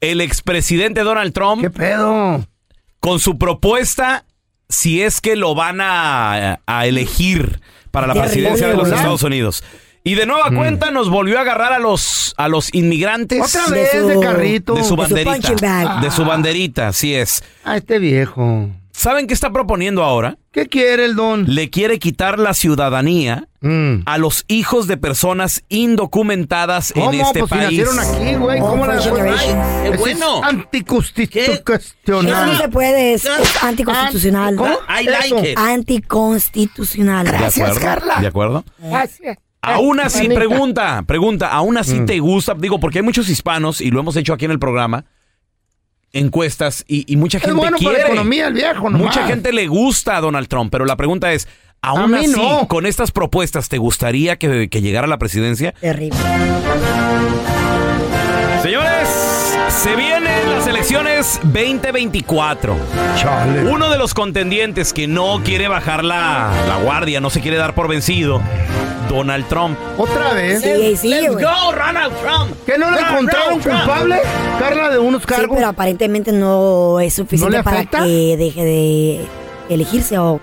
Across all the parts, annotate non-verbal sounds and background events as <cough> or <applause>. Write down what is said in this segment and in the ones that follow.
el expresidente Donald Trump. ¿Qué pedo? Con su propuesta, si es que lo van a, a elegir para la De presidencia de los regular. Estados Unidos. Y de Mm. nueva cuenta nos volvió a agarrar a los, a los inmigrantes. Otra De vez su- de carrito. De su su banderita. punching bag. De su banderita, así es. Ah. A este viejo. ¿Saben qué está proponiendo ahora? ¿Qué quiere el don? Le quiere quitar la ciudadanía Mm. a los hijos de personas indocumentadas ¿Cómo? en este pues si país. nacieron aquí, güey. ¿Cómo la Otra generación. Ay, Qué ese bueno. Es Eso no se anticonstitucional. puede, es, es anticonstitucional. ¿Cómo? I like Eso. it. Anticonstitucional. ¿De acuerdo? ¿De acuerdo? Gracias. Aún así, Manita. pregunta, pregunta, aún así Mm. te gusta, digo, porque hay muchos hispanos, y lo hemos hecho aquí en el programa, encuestas, y, y mucha Es gente bueno quiere. para la economía el viejo, nomás. Mucha gente le gusta a Donald Trump, pero la pregunta es, aún A mí así, no. con estas propuestas, ¿te gustaría que, que llegara a la presidencia? Terrible. Señores, se vienen las elecciones 2024. Chale. Uno de los contendientes que no quiere bajar la, la guardia, no se quiere dar por vencido, Donald Trump. Otra vez. Sí, sí, güey. go, Donald Trump! ¿Que no le Donald encontraron Trump. culpable, Carla, de unos Sí, cargos? pero aparentemente no es suficiente ¿No le para afecta? que deje de elegirse o,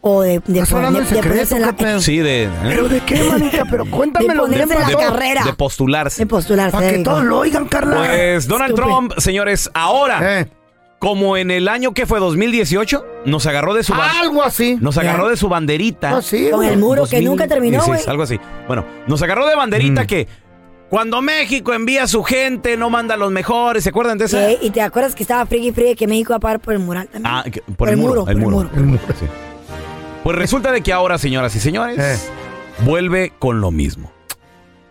o de, de, ¿Estás hablando en de- de secreto? ponerse en la- ¿Qué pedo? Sí, de, ¿eh? ¿Pero de qué, manita? <laughs> Pero de cuéntamelo. ponerse en la carrera. de postularse. de postularse. Para que digo. todos lo oigan, Carla. Pues Donald Estúpido. Trump, señores, ahora, Eh, como en el año que fue 2018, nos agarró de su ba- algo así. nos agarró de su banderita. Ah, sí, Con güey. el muro que 2016, nunca terminó, güey. Algo así. Bueno, nos agarró de Mm. banderita que cuando México envía a su gente, no manda a los mejores. ¿Se acuerdan de esa? Sí, ¿Eh? Y te acuerdas que estaba friggy friggy que México va a pagar por el mural también. Ah, que- por, el, muro, el muro. El muro. Pues resulta de que ahora, señoras y señores, Eh. Ah, vuelve con lo mismo.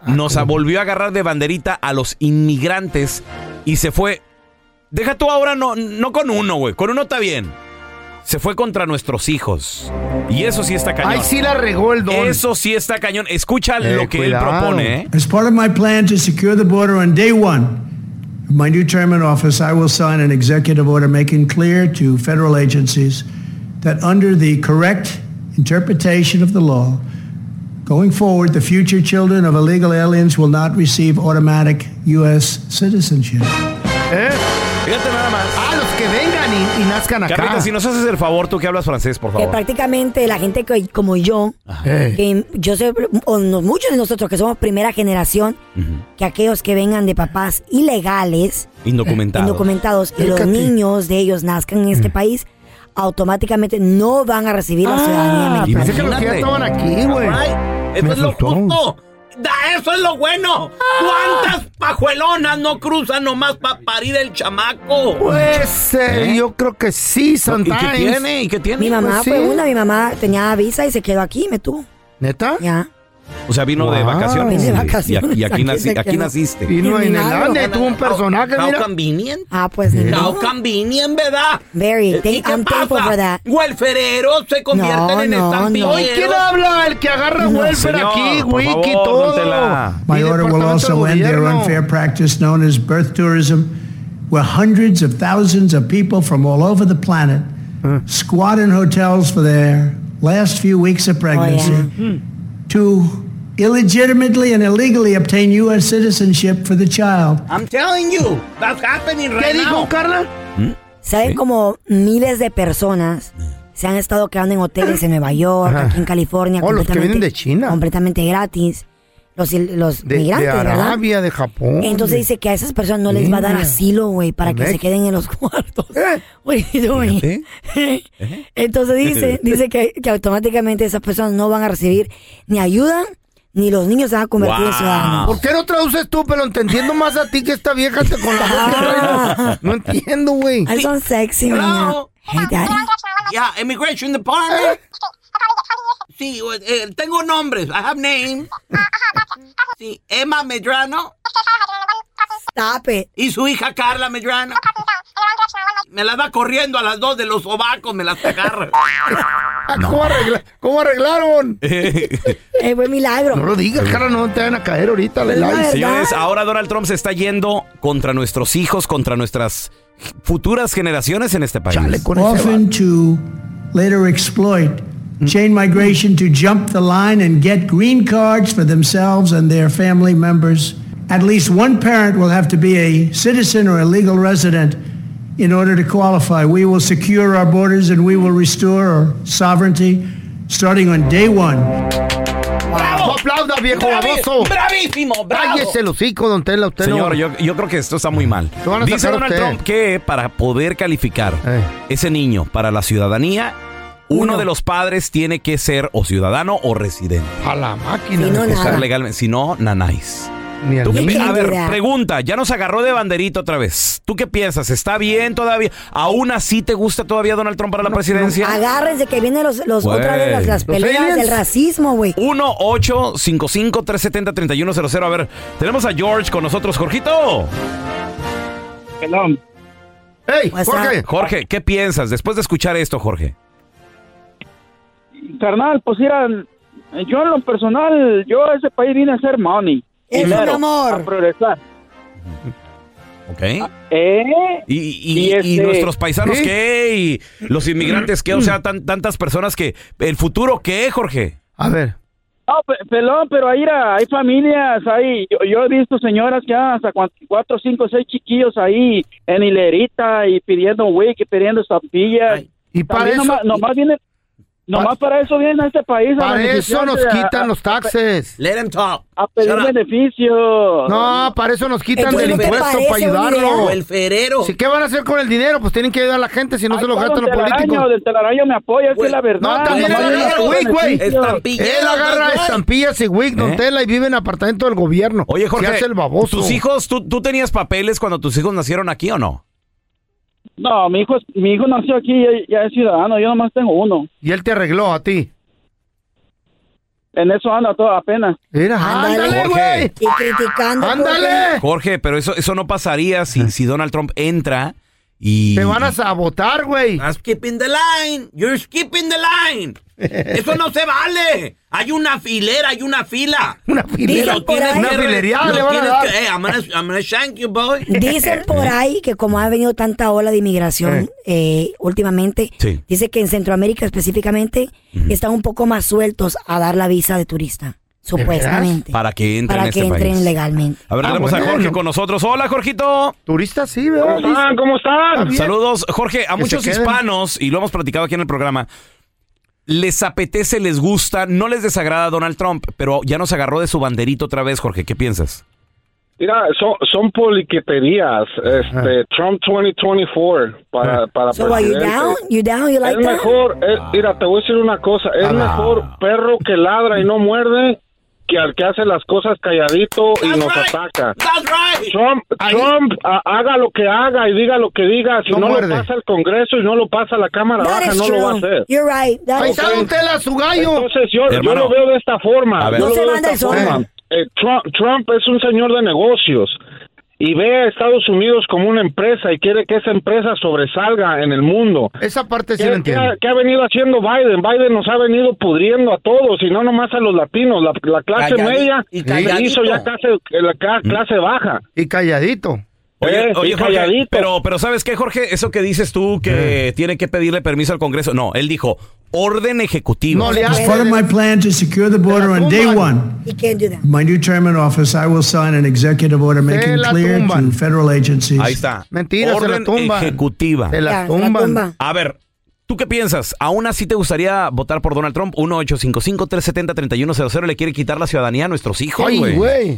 Nos volvió a agarrar de banderita a los inmigrantes y se fue. Deja tú ahora, no, no con uno, güey. Con uno está bien. Se fue contra nuestros hijos. Y eso sí está cañón. Ahí sí la regó el don. Eso sí está cañón. Escucha Eh, lo que cuidado. él propone, ¿eh? As part of my plan to secure the border on day one of my new term in office, I will sign an executive order making clear to federal agencies that under the correct interpretation of the law, going forward, the future children of illegal aliens will not receive automatic U.S. citizenship. ¿Eh? Fíjate nada más. Ah, los que vengan y, y nazcan acá. Carlita, si nos haces el favor, tú que hablas francés, por Que favor. prácticamente la gente que- como yo, Ey. que yo sé, o no- muchos de nosotros que somos primera generación, que aquellos que vengan de papás ilegales, Indocumentados. Mm. indocumentados, y los Fíjate. niños de ellos nazcan en este país, automáticamente no van a recibir la ciudadanía Ah, mexicana. Ah, pensé que los que ya estaban aquí, güey. Eso es lo justo. Da, eso es lo bueno. Ah. ¿Cuántas pajuelonas no cruzan nomás para parir el chamaco? Pues eh, yo creo que sí, sometimes. Mi mamá Pues, sí. fue una, mi mamá tenía visa y se quedó aquí, me tuvo. ¿Neta? Ya. O sea, vino de Wow. vacaciones. Vino de Y- vacaciones, Y, aquí, aquí naci- se aquí quedó. naciste. Vino en el Ande, tuvo un personaje, How mira. convenient. Ah, pues ni How modo. convenient, ¿verdad? Very. ¿Y Thank- qué I'm pasa? thankful for that. Welfereros se convierten No, en no, estampilleros. no. ¿Quién habla? El que agarra No, welfare señor, aquí, por wiki, favor, todo. Tela. My Y order will departamento also de end their gobierno. unfair practice known as birth tourism, where hundreds of thousands of people from all over the planet squat in hotels for their last few weeks of Oh, pregnancy Hmm. to illegitimately and illegally obtain U.S. citizenship for the child. I'm telling you, that's happening right now. Carla? ¿Mm? ¿Saben cómo miles de personas se han estado quedando en hoteles en Nueva York, Ajá. aquí en California? Oh, los que completamente- vienen de China. Completamente gratis. Los, il- los De, de migrantes, ¿verdad? Arabia, de Japón. Entonces dice que a esas personas no les va a dar Mira. asilo, güey, para que ¿Ves? se queden en los <laughs> cuartos. What are you doing? <laughs> Entonces dice, dice que, que automáticamente esas personas no van a recibir ni ayuda, ni los niños se van a convertir en ciudadanos. ¿Por qué no traduces tú? Pero te entiendo más a ti que esta vieja te con la voz que traes. No entiendo, güey. I sound Ah. sexy right now. Hey, daddy. Yeah, immigration department. Eh. Sí, eh, tengo nombres. I have name. Ah, Sí, Emma Medrano. Stop it. Y su hija Carla Medrano. Me las va corriendo a las dos de los sobacos, me las <laughs> agarra. Ah, ¿Cómo, arregla- cómo arreglaron? Eh, fue milagro. No lo digas, cara, no te van a caer ahorita. le like. Señores, ahora Donald Trump se está yendo contra nuestros hijos, contra nuestras futuras generaciones en este país. often to later exploit chain migration to jump the line and get green cards for themselves and their family members. At least one parent will have to be a citizen or a legal resident in order to qualify. We will secure our borders and we will restore our sovereignty starting on day one. ah. ¡Bravo! ¡Aplauda, viejo Bravi- baboso! ¡Bravísimo! ¡Bravo! ¡Cállese el hocico, don Tela! Usted no- Señor, yo, yo creo que esto está muy mal. Lo van a Dice sacar a Donald usted. Eh. Trump que para poder calificar ese niño para la ciudadanía, uno de los padres tiene que ser o ciudadano o residente. A la máquina. Estar legalmente. Si no, nanáis. ¿Tú qué pi- a ver, pregunta, ya nos agarró de banderito otra vez. ¿Tú qué piensas? ¿Está bien todavía? ¿Aún así te gusta todavía Donald Trump para la presidencia? Agárrense que vienen los, los Güey. otra vez las, las ¿Los peleas aliens? del racismo, <laughs> güey. 1-855-370-3100. A ver, tenemos a George con nosotros. Jorgito. ¡Ey, Jorge. Jorge, ¿qué piensas después de escuchar esto, Jorge? Carnal, pues mira, yo en lo personal, yo a ese país vine a hacer money. Es Dinero, un amor. A progresar. ¿Ok? ¿Eh? Y, y- Y este- y nuestros paisanos ¿Sí? qué? ¿Y los inmigrantes qué? O sea, tan- tantas personas que... ¿El futuro qué, Jorge? A ver. No, pe- pelón, pero ahí era- hay familias, hay, yo, yo he visto señoras que dan hasta cuan- cuatro, cinco, seis chiquillos ahí en hilerita y pidiendo wiki, pidiendo estampillas. Y para eso- Nomás, nomás vienen- nomás para eso vienen a este país. a Para eso beneficiarse, nos a- quitan a- los taxes. Let him talk. A pedir beneficios. No, para eso nos quitan Entonces, ¿no del te impuesto, parece para un ayudarlo. video? El ferero. Sí, ¿Qué van a hacer con el dinero? Pues tienen que ayudar a la gente, si no se lo está gastan don los Telaraño, políticos. del telaraño me apoya, es que es la verdad. No, también él Nomás agarra vienen a wick, güey. beneficios. Él agarra estampillas y wig, don ¿Eh? Tela, y vive en apartamento del gobierno. Oye, Jorge, Se hace el baboso. ¿tus hijos, tú, tú tenías papeles cuando tus hijos nacieron aquí o no? No, mi hijo, es- mi hijo nació aquí y ya es ciudadano, yo nomás tengo uno. ¿Y él te arregló a ti? En eso anda todo apenas. Mira, Ándale, güey. Y criticando. ¡Ándale! Jorge, pero eso, eso no pasaría si, si Donald Trump entra y... Te van a sabotar, güey. Skipping the line. You're skipping the line. Eso no se vale. Hay una filera, hay una fila. Una filera. Una filería le van a dar. eh, hey, I'm gonna, I'm gonna shank you, boy. Dicen por <laughs> ahí que como ha venido tanta ola de inmigración eh, últimamente, Sí. dice que en Centroamérica específicamente están un poco más sueltos a dar la visa de turista. Supuestamente. Para que entren pues, Para en este que entren país. legalmente. A ver, Ah, tenemos a bueno. Jorge con nosotros. Hola, Jorgito. Turista, sí, ¿Cómo están? ¿Cómo Ah, están? Saludos, Jorge. A Que muchos se queden. hispanos, y lo hemos platicado aquí en el programa, les apetece, les gusta, no les desagrada Donald Trump, pero ya nos agarró de su banderito otra vez, Jorge. ¿Qué piensas? Mira, son, son poliqueterías. Este, Trump 2024 Ah. para, para So, are you presidente. down? You down? You like Es that? mejor, es- mira, te voy a decir una cosa. Es Ah, mejor perro que ladra y no muerde que al que hace las cosas calladito y nos ataca. Trump, Trump ha- haga lo que haga y diga lo que diga. Si No no, muerde. lo pasa al Congreso y no lo pasa a la Cámara That Baja, is no lo va a true. hacer. You're right. That Ahí is está true. Don Tela, su gallo. Entonces yo, yo Hermano. lo veo de esta A forma. ver. Yo No lo se veo de manda esta el sol. forma. Eh, Trump, Trump es un señor de negocios y ve a Estados Unidos como una empresa y quiere que esa empresa sobresalga en el mundo. Esa parte Este sí ¿Qué, la qué entiendo. ha, qué ha venido haciendo Biden? Biden nos ha venido pudriendo a todos y no nomás a los latinos. La, la clase Calladi- media y se hizo calladito. ya clase, eh, la ca- clase baja. Y calladito. Oye, Eh, oye, sí, Jorge, calladito. pero, pero ¿sabes qué, Jorge? Eso que dices tú que tiene que pedirle permiso al Congreso. No, él dijo orden ejecutiva. As part of my plan to secure the border on day one, He can't do that. my new term in office, I will sign an executive order making la clear to tumban. federal agencies. Ahí está. Mentira, se la Orden tumban. ejecutiva. Se la Ya, se la tumban. tumba. A ver, ¿tú qué piensas? ¿Aún así te gustaría votar por Donald Trump? 1-855-370-3100 le quiere quitar la ciudadanía a nuestros hijos, güey.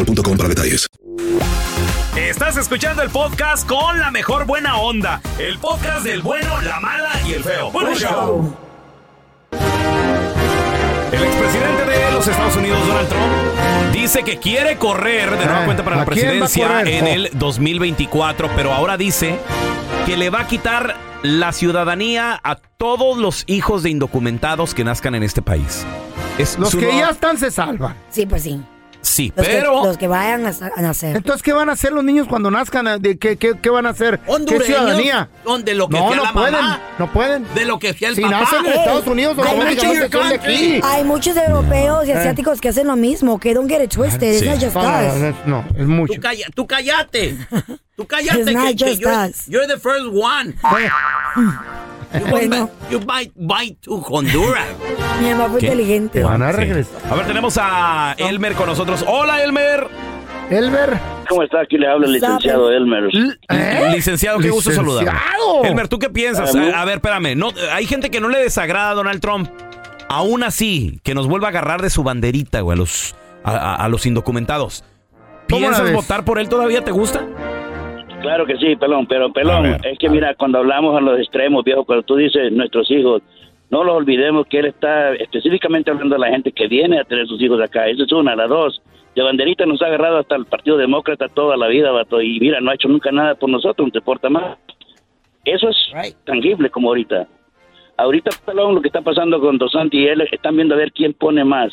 para detalles. Estás escuchando el podcast con la mejor buena onda. El podcast del bueno, la mala y el feo. Bueno, show. El expresidente de los Estados Unidos, Donald Trump, dice que quiere correr de nueva cuenta para la Eh, ¿a quién va a presidencia correr? en Oh. el 2024, pero ahora dice que le va a quitar la ciudadanía a todos los hijos de indocumentados que nazcan en este país. Es Los su que nueva- ya están se salvan. Sí, pues sí. Sí, Los, pero que, los que vayan a, sa- a nacer. Entonces, ¿qué van a hacer los niños cuando nazcan? ¿De qué, qué, qué van a hacer? ¿Qué Hondureños, ciudadanía? donde lo que no, sea no la pueden, mamá. no pueden. De lo que sea el Si papá. Oh, nacen en Hey, Estados Unidos, go back to automáticamente your son de country. aquí. Hay muchos europeos y Eh. asiáticos que hacen lo mismo, que don't get it twisted. It's Sí. not just No, no, us. no, no, es mucho. Tú, calla, tú callate. <laughs> Tú callate. It's que- not que just you're, us. you're the first one. You, Bueno. might, you might, might to Honduras. Mi mamá fue ¿Qué? inteligente. Van a regresar. A ver, tenemos a Elmer con nosotros. Hola, Elmer. Elmer. ¿Cómo está? Aquí le habla el licenciado Elmer. ¿eh? Licenciado, qué gusto saludar. Licenciado. Elmer, ¿tú qué piensas? A mí- A, a ver, espérame. No, hay gente que no le desagrada a Donald Trump. Aún así, que nos vuelva a agarrar de su banderita, güey, a los, a, a- a los indocumentados. ¿Cómo la ¿Piensas ves? votar por él todavía? ¿Te gusta? Claro que sí, pelón, pero pelón, es que mira, cuando hablamos a los extremos, viejo, cuando tú dices nuestros hijos, no los olvidemos que él está específicamente hablando de la gente que viene a tener sus hijos acá. Esa es una, la dos. De banderita nos ha agarrado hasta el Partido Demócrata toda la vida, vato, y mira, no ha hecho nunca nada por nosotros, no te porta mal. Eso es tangible como ahorita. Ahorita, pelón, lo que está pasando con Dos Santos y él están viendo a ver quién pone más,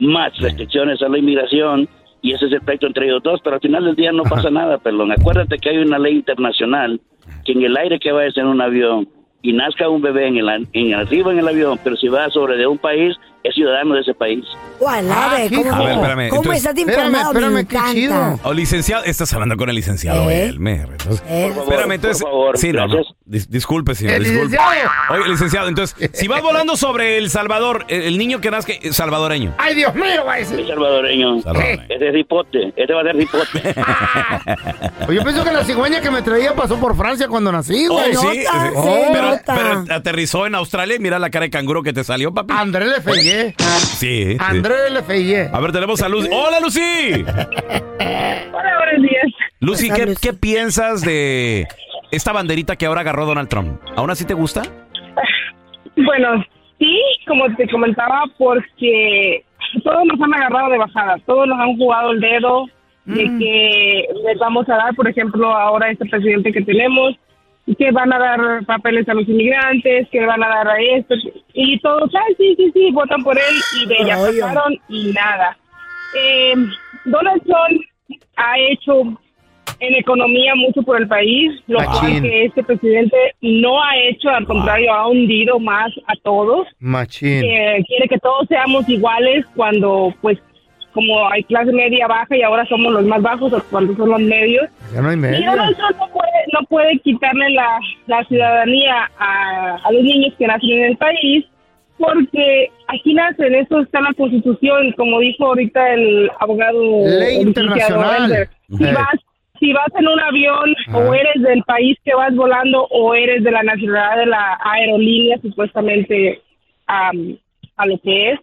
más restricciones a la inmigración y ese es el pleito entre ellos dos, pero al final del día no pasa nada, pelón. Acuérdate que hay una ley internacional que en el aire que vayas en un avión y nazca un bebé en el, a- en arriba en el avión, pero si vas sobre de un país, es ciudadano de ese país. Oh, Ah, Gualave, ¿cómo, A ver, espérame. ¿cómo entonces- estás de informado? Me encanta. ¿Eh? O Oh, licenciado, estás hablando con el licenciado Elmer. entonces- Por favor, espérame, entonces. por favor, sí, no, no. gracias. Dis- disculpe, señor. ¡El disculpe. licenciado! Oye, licenciado, entonces, si vas volando sobre El Salvador, el, el niño que nazca eh, salvadoreño. ¡Ay, Dios mío! va a decir. Es salvadoreño. Salvadoreño. <laughs> Este es ripote. Este va a ser ripote. Yo pienso que la cigüeña que me traía pasó por Francia cuando nací, Oh, <laughs> güey. sí, sí. Oh. pero, pero aterrizó en Australia y mira la cara de canguro que te salió, papi. André le fallé. Sí. sí. André le fallé. A ver, tenemos a Lucy. ¡Hola, <laughs> Lucy! Hola, buenos días. Lucy, ¿qué, qué piensas de esta banderita que ahora agarró Donald Trump? ¿Aún así te gusta? <laughs> Bueno, sí, como te comentaba, porque todos nos han agarrado de bajada, todos nos han jugado el dedo de que les vamos a dar, por ejemplo, ahora este presidente que tenemos, que van a dar papeles a los inmigrantes, que van a dar a esto, y todos, ay, sí, sí, sí, votan por él, y de ya Ay, ay. pasaron, y nada. Eh, Donald Trump ha hecho en economía mucho por el país, lo cual Machín. que este presidente no ha hecho, al contrario, ha hundido más a todos. Machín. Eh, quiere que todos seamos iguales cuando, pues, como hay clase media baja y ahora somos los más bajos o cuando son los medios. Ya no hay Y medio. Donald Trump no puede, no puede quitarle la, la ciudadanía a, a los niños que nacen en el país porque aquí nacen, eso está en la Constitución, como dijo ahorita el abogado. Ley el licenciado internacional. Render. Si Eh. vas, si vas en un avión o eres del país que vas volando o eres de la nacionalidad de la aerolínea supuestamente am, a lo que es,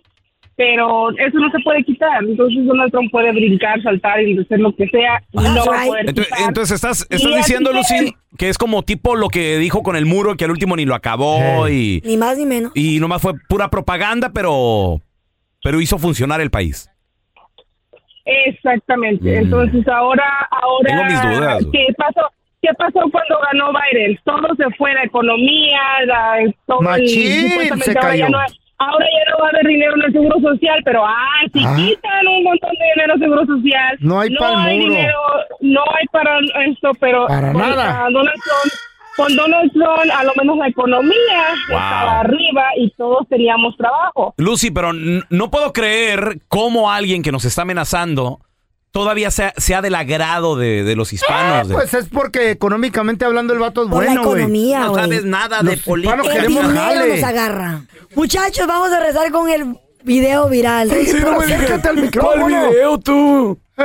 pero eso no se puede quitar, entonces Donald Trump puede brincar, saltar y hacer lo que sea, y no va a poder Entonces, quitar. entonces estás, Y estás así diciendo, es. Lucy, que es como tipo lo que dijo con el muro, que al último ni lo acabó y, Ni más ni menos. y nomás fue pura propaganda, pero, pero hizo funcionar el país. Exactamente. Mm. Entonces ahora, ahora Tengo mis dudas, güey. ¿qué pasó? ¿Qué pasó cuando ganó Biden? Todo se fue la economía, la, todo el- Machín, supuestamente se Ahora ya, cayó. no, ahora ya no va a haber dinero en el seguro social, pero ah, si Ah. quitan un montón de dinero en el seguro social. No hay pa'l muro. dinero, no hay para esto, pero Para con, nada. ah, Donald Trump, con Donald Trump, a lo menos la economía Wow. estaba arriba y todos teníamos trabajo. Lucy, pero n- no puedo creer cómo alguien que nos está amenazando todavía sea, sea del agrado de, de los hispanos. de- Pues es porque económicamente hablando el vato es Por la bueno, güey. economía, No güey. sabes nada de Los hispanos política. queremos El dinero jale. nos agarra. Muchachos, vamos a rezar con el video viral. Sí, <laughs> no me digas. ¿Cuál video, tú? Eh.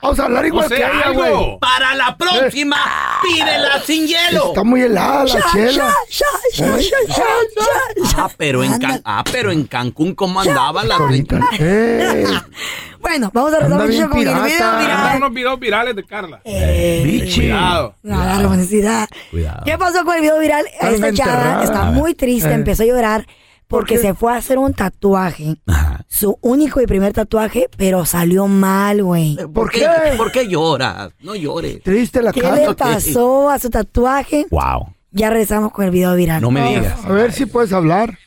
Vamos a hablar igual O sea, que ella, algo. güey. Eh. Para la próxima, pídela sin hielo. Está muy helada la chela. Eh. Ah, pero en, Can- ah, pero en Cancún, ¿cómo andaba la Bueno, vamos a rezar Anda mucho bien con el video pirata. viral. unos videos virales de Carla. Eh, Eh, Cuidado. No, la hermosidad. ¿Qué pasó con el video viral? Algo Esta enterrada. chava está A ver. muy triste, Eh. empezó a llorar porque se fue a hacer un tatuaje. Su único y primer tatuaje, pero salió mal, Eh, güey. ¿Por qué? ¿Por qué lloras? No llores. Triste la ¿Qué le pasó a su tatuaje? Wow. Ya rezamos con el video viral. No me digas. A ver si puedes hablar.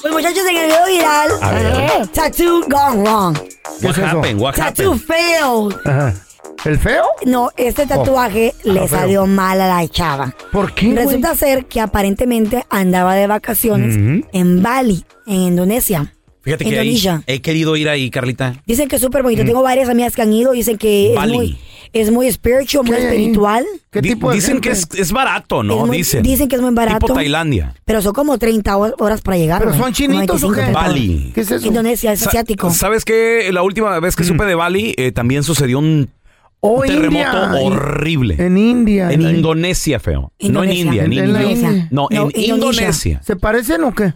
Pues muchachos, en el video viral, A ver. tattoo gone wrong. What happened? What Tattoo happened? failed. Ajá. ¿El feo? No, este tatuaje Oh, le ah, feo. salió mal a la chava. ¿Por qué, güey? Resulta ser que aparentemente andaba de vacaciones Ujú. en Bali, en Indonesia. Fíjate que ahí Indonesia. he querido ir ahí, Carlita. Dicen que es súper bonito. Mm. Tengo varias amigas que han ido. Dicen que es Bali. muy, es muy spiritual, muy ¿Qué hay ahí? espiritual. Di- dicen que es, es barato, ¿no? Es muy- dicen. dicen que es muy barato. Tipo Tailandia. Pero son como 30 ho- horas para llegar. ¿Pero güey. son chinitos o 95, qué? 30 horas. Bali. ¿Qué es eso? Indonesia, es Sa- asiático. ¿Sabes qué? La última vez que supe de Bali eh, también sucedió un Oh, terremoto India. horrible. En India. En Indonesia, feo. No en Indonesia. India, en, En la Indonesia. India. No, en No, Indonesia. ¿Se parecen o qué?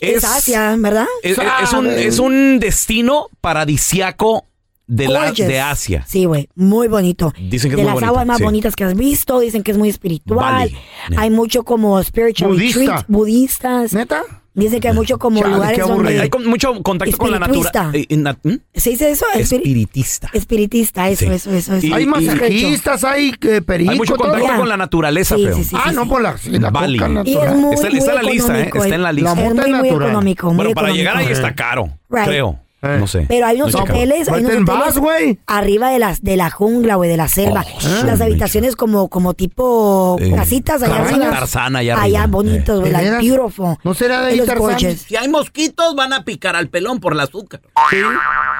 Es, Asia, ¿verdad? Es, es un, es un destino paradisiaco de, la, Gorgeous. de Asia. Sí, güey, muy bonito. Dicen que de es las muy bonito, aguas más sí. bonitas que has visto, dicen que es muy espiritual. Bali. Hay mucho como spiritual Budista. retreat, budistas. ¿Neta? Dicen que hay mucho como Chale, lugares qué aburrido. donde Hay con- mucho contacto con la Eh, naturaleza. Espirituista. ¿Se dice eso? Espiri- Espiritista. espiritista, eso, Sí. eso, eso, eso. Y- hay y- masajistas, hay eh, pericos. Hay mucho todo. contacto con la naturaleza, Sí, feo. sí, sí, Ah, sí, no, sí. por la- sí, la Bali. coca Y es muy, está, muy está en la lista, ¿eh? económico, Está en la es- lista. es muy, muy económico, muy bueno, para llegar ahí económico. está caro, Right. creo. No sé. Pero hay unos No he checado. hoteles, hay unos Ahorita en hoteles Bass, güey. arriba de las de la jungla, güey, de la selva. Oh, las sí, habitaciones como como tipo Eh, casitas allá Tarzán, arriba. Tarzán allá arriba. bonitos, güey, Eh. like ¿De veras? beautiful. No será de los coches. Si hay mosquitos, van a picar al pelón por el azúcar.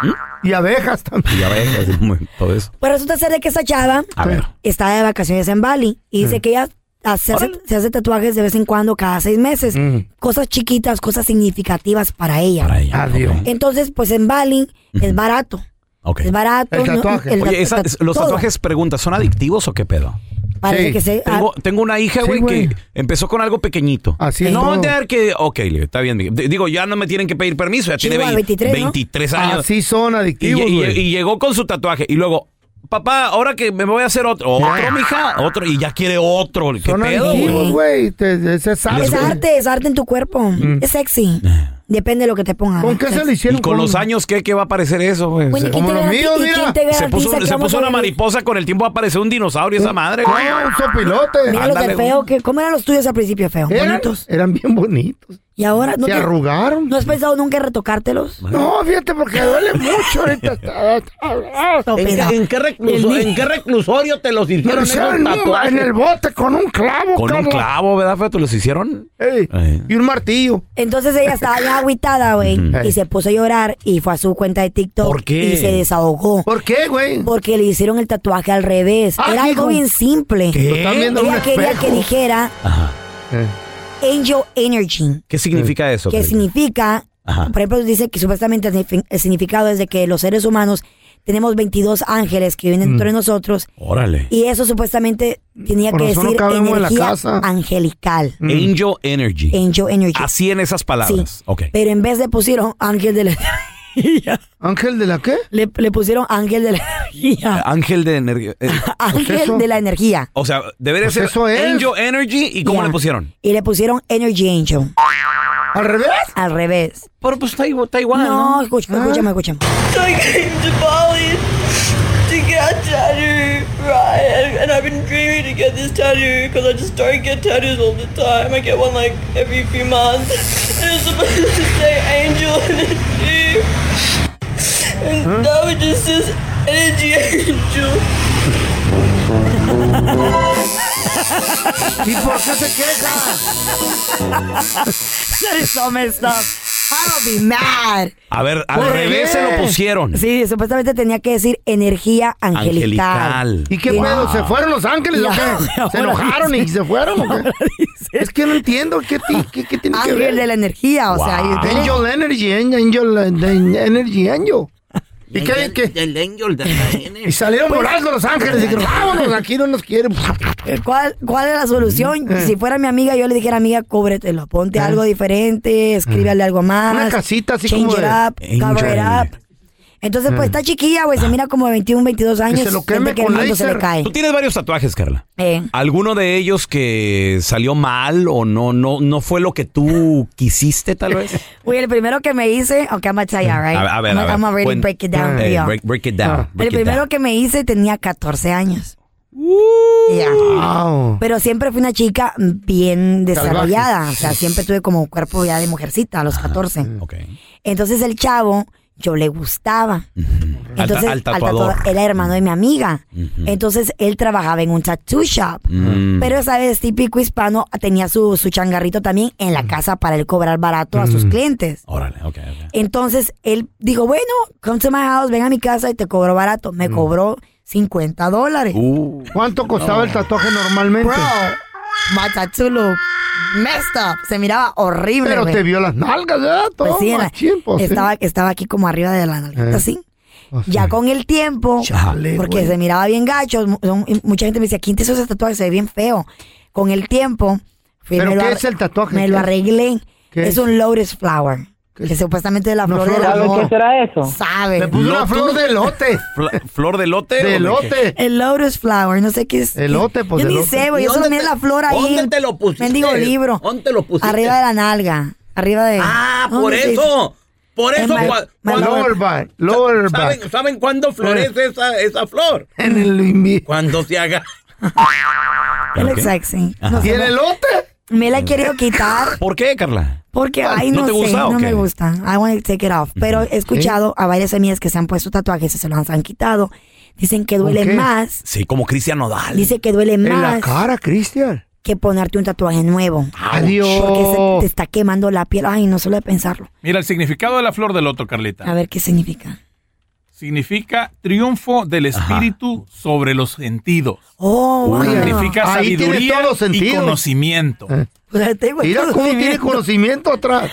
¿Mm? Y abejas también. Y abejas, <laughs> y todo eso. Pues resulta ser de que esa chava A ver. Mm. está de vacaciones en Bali y dice que ella hace- hace- se hace tatuajes de vez en cuando cada seis meses. Mm. Cosas chiquitas, cosas significativas para ella. Adiós. Entonces, pues en Bali es barato. Ok. Es barato. El no- tatuaje. el Oye, tatu- esa- los todo. tatuajes, pregunta, ¿son adictivos o qué pedo? Parece Sí. que se- ah, Tengo, tengo una hija, Sí, güey, güey. que empezó con algo pequeñito. Así es No, todo. de ver que. Ok, le- está bien. Miguel. D- Digo, ya no me tienen que pedir permiso. Ya Sí, tiene güey, vein- 23, ¿no? 23 años. Así son y, adictivos, y- güey. y llegó con su tatuaje. Y luego, papá, ahora que me voy a hacer otro. Otro, mija. Otro. Y ya quiere otro. ¿Qué Son pedo, güey? adictivos, güey. Te- te- Se sabe. Es arte, es arte en tu cuerpo. Es sexy. Depende de lo que te pongan. ¿Con qué se lo Mm. Eh. Y con los años, ¿qué, qué va a aparecer eso, güey? pues, Bueno, ¿y quién Como te los garanti- míos, y mira. quién te Se puso, garantiza que se vamos puso a una vivir? mariposa, con el tiempo va a aparecer un dinosaurio esa madre, güey. No, un sopilote. Mira los de Ándale, feo. Que, ¿Cómo eran los tuyos al principio, feo? Eran, Bonitos. eran bien bonitos. Y ahora Se arrugaron. ¿No has pensado nunca en retocártelos? No, fíjate, porque duele mucho ahorita. ¿En, qué- en qué recluso- El- en qué reclusorio te los hicieron esos Hicieron en un- tatuajes? en el bote con un clavo, Con un Carla. clavo, ¿verdad, Feto? ¿Los hicieron? Ey, Ay. Y un martillo. Entonces ella estaba ya agüitada, güey. Ujú. Y se puso a llorar y fue a su cuenta de TikTok. ¿Por qué? Y se desahogó. ¿Por qué, güey? Porque le hicieron el tatuaje al revés. Ah, Era algo hijo. bien simple. ¿Qué? Lo están viendo en ella un quería espejo. que dijera Ajá. Eh. Angel Energy. ¿Qué significa eso? que Freddy? significa, Ajá. por ejemplo, dice que supuestamente el signifi- el significado es de que los seres humanos tenemos 22 ángeles que vienen Mm. dentro de nosotros. Órale. Y eso supuestamente tenía Por que razón no decir cabemos en la energía casa. angelical. Angel Energy. Angel Energy. Así en esas palabras. Sí. Ok. Pero en vez de pusieron ángel de la energía. ¿Ángel de la qué? Le, le pusieron ángel <laughs> de la energía. Ángel de energía. eh, <laughs> Ángel eso. de la energía. O sea, debería Pues ser eso es. Angel Energy. ¿Y cómo Ya. le pusieron? Y le pusieron Energy Angel. ¿Al revés? ¿Ah? Al revés. Pero pues está igual. Está igual no, escúchame, escúchame, escúchame. So I came to Bali to get a tattoo, right? And, and I've been dreaming to get this tattoo because I just don't get tattoos all the time. I get one like every few months. And it's supposed to say angel energy. And now it just says energy <laughs> angel. ¿Y por qué se queja? That is so messed up. I'll be mad. A ver, al ¿Por revés se qué? lo pusieron. Sí, supuestamente tenía que decir energía angelical. Angelical. ¿Y qué Wow. pedo? ¿Se fueron los ángeles o Ya, <laughs> qué? ¿Se ahora enojaron y dice- se fueron o qué? Es que no entiendo qué, ti- qué- qué tiene que Ángel ver. de la energía, o sea, ahí- Angel Energy, Angel, Angel, de- Energy Angel. ¿Y qué? qué? Del angel de la N. Y salieron Pues, volando los ángeles y dijeron, vámonos, aquí no nos quieren. <laughs> ¿Cuál, ¿Cuál es la solución? Eh. Si fuera mi amiga, yo le dijera, amiga, cóbretelo. Ponte algo diferente, escríbale algo más. Mm. Una casita así change como it de- up, cover it Angel. Mm. up. Entonces, pues Eh. está chiquilla, güey. Se mira como de 21, 22 años. se lo siente que el mundo se le cae. Tú tienes varios tatuajes, Carla. Eh, ¿Alguno de ellos que salió mal o no, no, no fue lo que tú quisiste, tal vez? Güey, el primero que me hice, aunque okay, I'm gonna tell you, Mm. all right? A, a ver, I'm, a ver. I'm already Cuen- break it down. Eh, for you. break, break it down. el break it primero down. que me hice tenía 14 años. Uh. Yeah. Wow. Pero siempre fui una chica bien desarrollada. O sea, siempre tuve como cuerpo ya de mujercita a Ah, los 14. Entonces el chavo, yo le gustaba. Al ta- Entonces, al tatuador. tatuador, era hermano de mi amiga. Ujú. Entonces él trabajaba en un tattoo shop. Mm. Pero, ¿sabes? Típico hispano tenía su, su changarrito también en la casa para él cobrar barato a sus Mm. clientes. Órale, ok, ok. Entonces él dijo, bueno, come to my house, ven a mi casa y te cobro barato. Me cobró 50 dólares. ¿Cuánto costaba el tatuaje normalmente? Bro, my tattoo look messed up. Se miraba horrible. Pero güey. te vio las nalgas, ¿verdad? Pues sí, Toma, era- tiempo, sí. estaba, estaba aquí como arriba de la nalguita, Eh. así. Ya con el tiempo, Chale, porque güey. se miraba bien gacho, mu- son- y mucha gente me decía, ¿quién te hizo ese tatuaje? Se ve bien feo. Con el tiempo... fui y ¿Pero me lo qué ar- es el tatuaje? Me lo ¿Qué? arreglé. ¿Qué Es es? un lotus flower. Que supuestamente es la Una flor del flor de- amor. ¿Qué será eso? Sabe. Le puso una ¿Lotus? flor de lote. <laughs> Fla- ¿Flor de lote? o de qué? El lotus flower, no sé qué es. Elote, pues, Yo ni elote. sé, güey. ¿Y Yo solo dónde miré te- la flor ahí. dónde te lo pusiste? Mendigo libro. ¿Dónde te lo pusiste? Arriba de la nalga. Arriba de. Ah, por ¿Dónde se eso. dice? Por En eso. my- cua- my cuando- lower back, lower ¿Saben, ¿Saben cuándo florece esa, esa flor? En el <laughs> invierno. Cuando se haga. It looks sexy. ¿Y el elote? Me la he querido quitar ¿Por qué, Carla? porque, Ah, ay, no, sé, te gusta o no qué? me gusta. I want to take it off. Pero he escuchado a varias amigas que se han puesto tatuajes y se los han quitado. Dicen que duele qué? más. Sí, como Cristian Nodal. Dice que duele más. la cara, Cristian. Que ponerte un tatuaje nuevo. Adiós. Porque se te está quemando la piel. Ay, no solo de pensarlo. Mira el significado de la flor del loto, Carlita. A ver qué significa. Significa triunfo del espíritu sobre los sentidos. Oh, wow. Significa Ahí tiene sabiduría todos los y sentidos. Eh. conocimiento. Mira cómo tiene conocimiento atrás.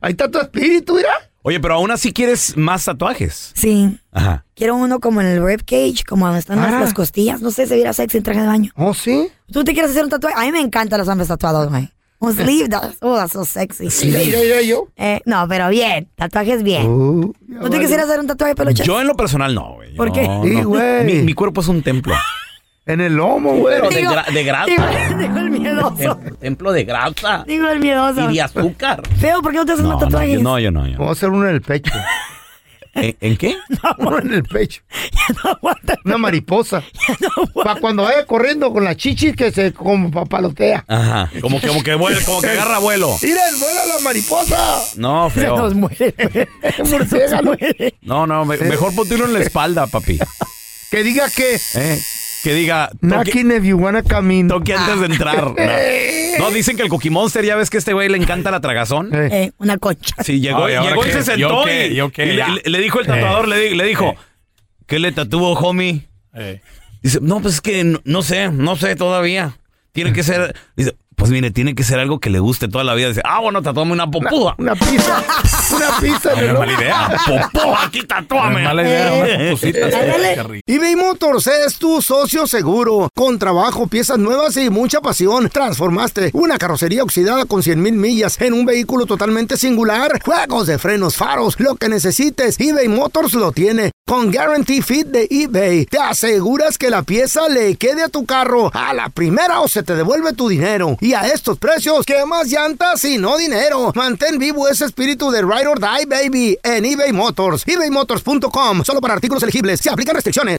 Ahí está tu espíritu, mira. Oye, pero aún así quieres más tatuajes. Sí. Ajá. Quiero uno como en el rib cage, como donde están las, Ah. las costillas. No sé, se viera sexy en traje de baño. ¿Oh, sí? ¿Tú te quieres hacer un tatuaje? A mí me encantan los hombres tatuados, güey. Un Eh. sleeve, that's- oh, that's so sexy. Eh, Mira, mira, mira, yo. no, pero bien, tatuajes bien. Eh, Oh, ¿No te valió. quisieras hacer un tatuaje peluche? Oh, Yo en lo personal no, güey. ¿Por No, qué? no. Sí, güey. Mi, mi cuerpo es un templo. En el lomo, güey. Pero de, Digo- gra- de Digo, grasa. <laughs> digo el miedoso. Tem- templo de grasa. Digo el miedoso. Y de azúcar. Feo, ¿por qué no te haces No, más no, tatuajes? yo- no, yo no. Yo. Vamos a hacer uno en el pecho. <laughs> ¿En, en <laughs> qué? Uno en <laughs> el pecho. Una mariposa. Para cuando vaya corriendo con las chichis que se como papalotea. Ajá. Como, que- como que vuela, <laughs> como que agarra vuelo. Mira, vuela la mariposa. <laughs> No, feo. muere, Murciélago. No, no, me- mejor ponte uno en la espalda, papi. <laughs> Que diga que. Eh, que diga. Knocking if you wanna come in. Toque antes de entrar. Ah. <laughs> No. No, dicen que el Cookie Monster, ya ves que a este güey le encanta la tragazón. Eh, una concha. Sí, llegó, Ay, ¿ahora llegó y qué? se ¿Yo sentó qué? y, ¿Yo qué? y le- Ya. le, le dijo el tatuador, le, di- le dijo, ¿qué le tatuó, homie? Dice, no, pues es que no, no sé, no sé todavía. Tiene que ser, dice, pues mire, tiene que ser algo que le guste toda la vida. Dice, ah, bueno, tatuame una popúa. Una pizza. <laughs> Una pizza. No es Ah, mala idea. Popúa, aquí Eh. tatúame. mala idea, unas Este, cositas. eBay Motors es tu socio seguro. Con trabajo, piezas nuevas y mucha pasión. Transformaste una carrocería oxidada con 100 mil millas en un vehículo totalmente singular. Juegos de frenos, faros, lo que necesites, eBay Motors lo tiene. Con Guarantee Fit de eBay, te aseguras que la pieza le quede a tu carro a la primera o se te devuelve tu dinero. Y a estos precios, ¿qué más llantas y no dinero? Mantén vivo ese espíritu de Ride or Die, baby, en eBay Motors. ebaymotors.com, solo para artículos elegibles. Se aplican restricciones.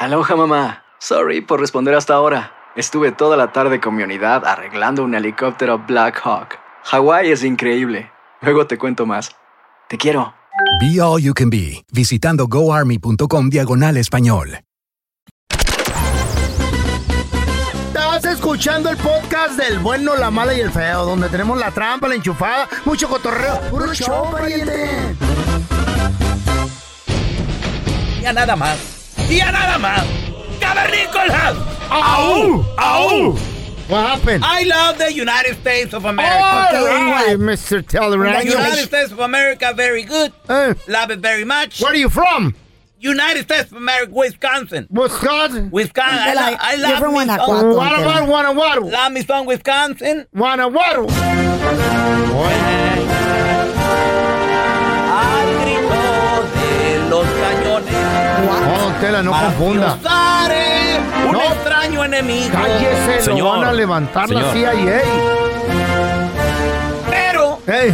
Aloha mamá. Sorry por responder hasta ahora. Estuve toda la tarde con mi unidad arreglando un helicóptero Black Hawk. Hawái es increíble. Luego te cuento más. Te quiero. Be All You Can Be, visitando goarmy.com diagonal español. Estás escuchando el podcast del bueno, la mala y el feo, donde tenemos la trampa, la enchufada, mucho cotorreo. ¡Puro show, pariente! Ya nada más. Ya nada más. ¡Cavernícolas! ¡Au! ¡Au! What happened? Oh, I love the United States of Ah, All right, Mr. Tellerant. States of America, very good. Love it very much. Eh. Where are you from? United States of America, Wisconsin. Wisconsin? Wisconsin. I lo- I love You're from me some- Guanajuato, What about Antonio. Guanajuato? Love me from Wisconsin. Guanajuato. los cañones. Oh, don Tela, no confunda. Un extraño enemigo. Cállese, lo van a levantar la CIA. ¿eh? Pero Ey,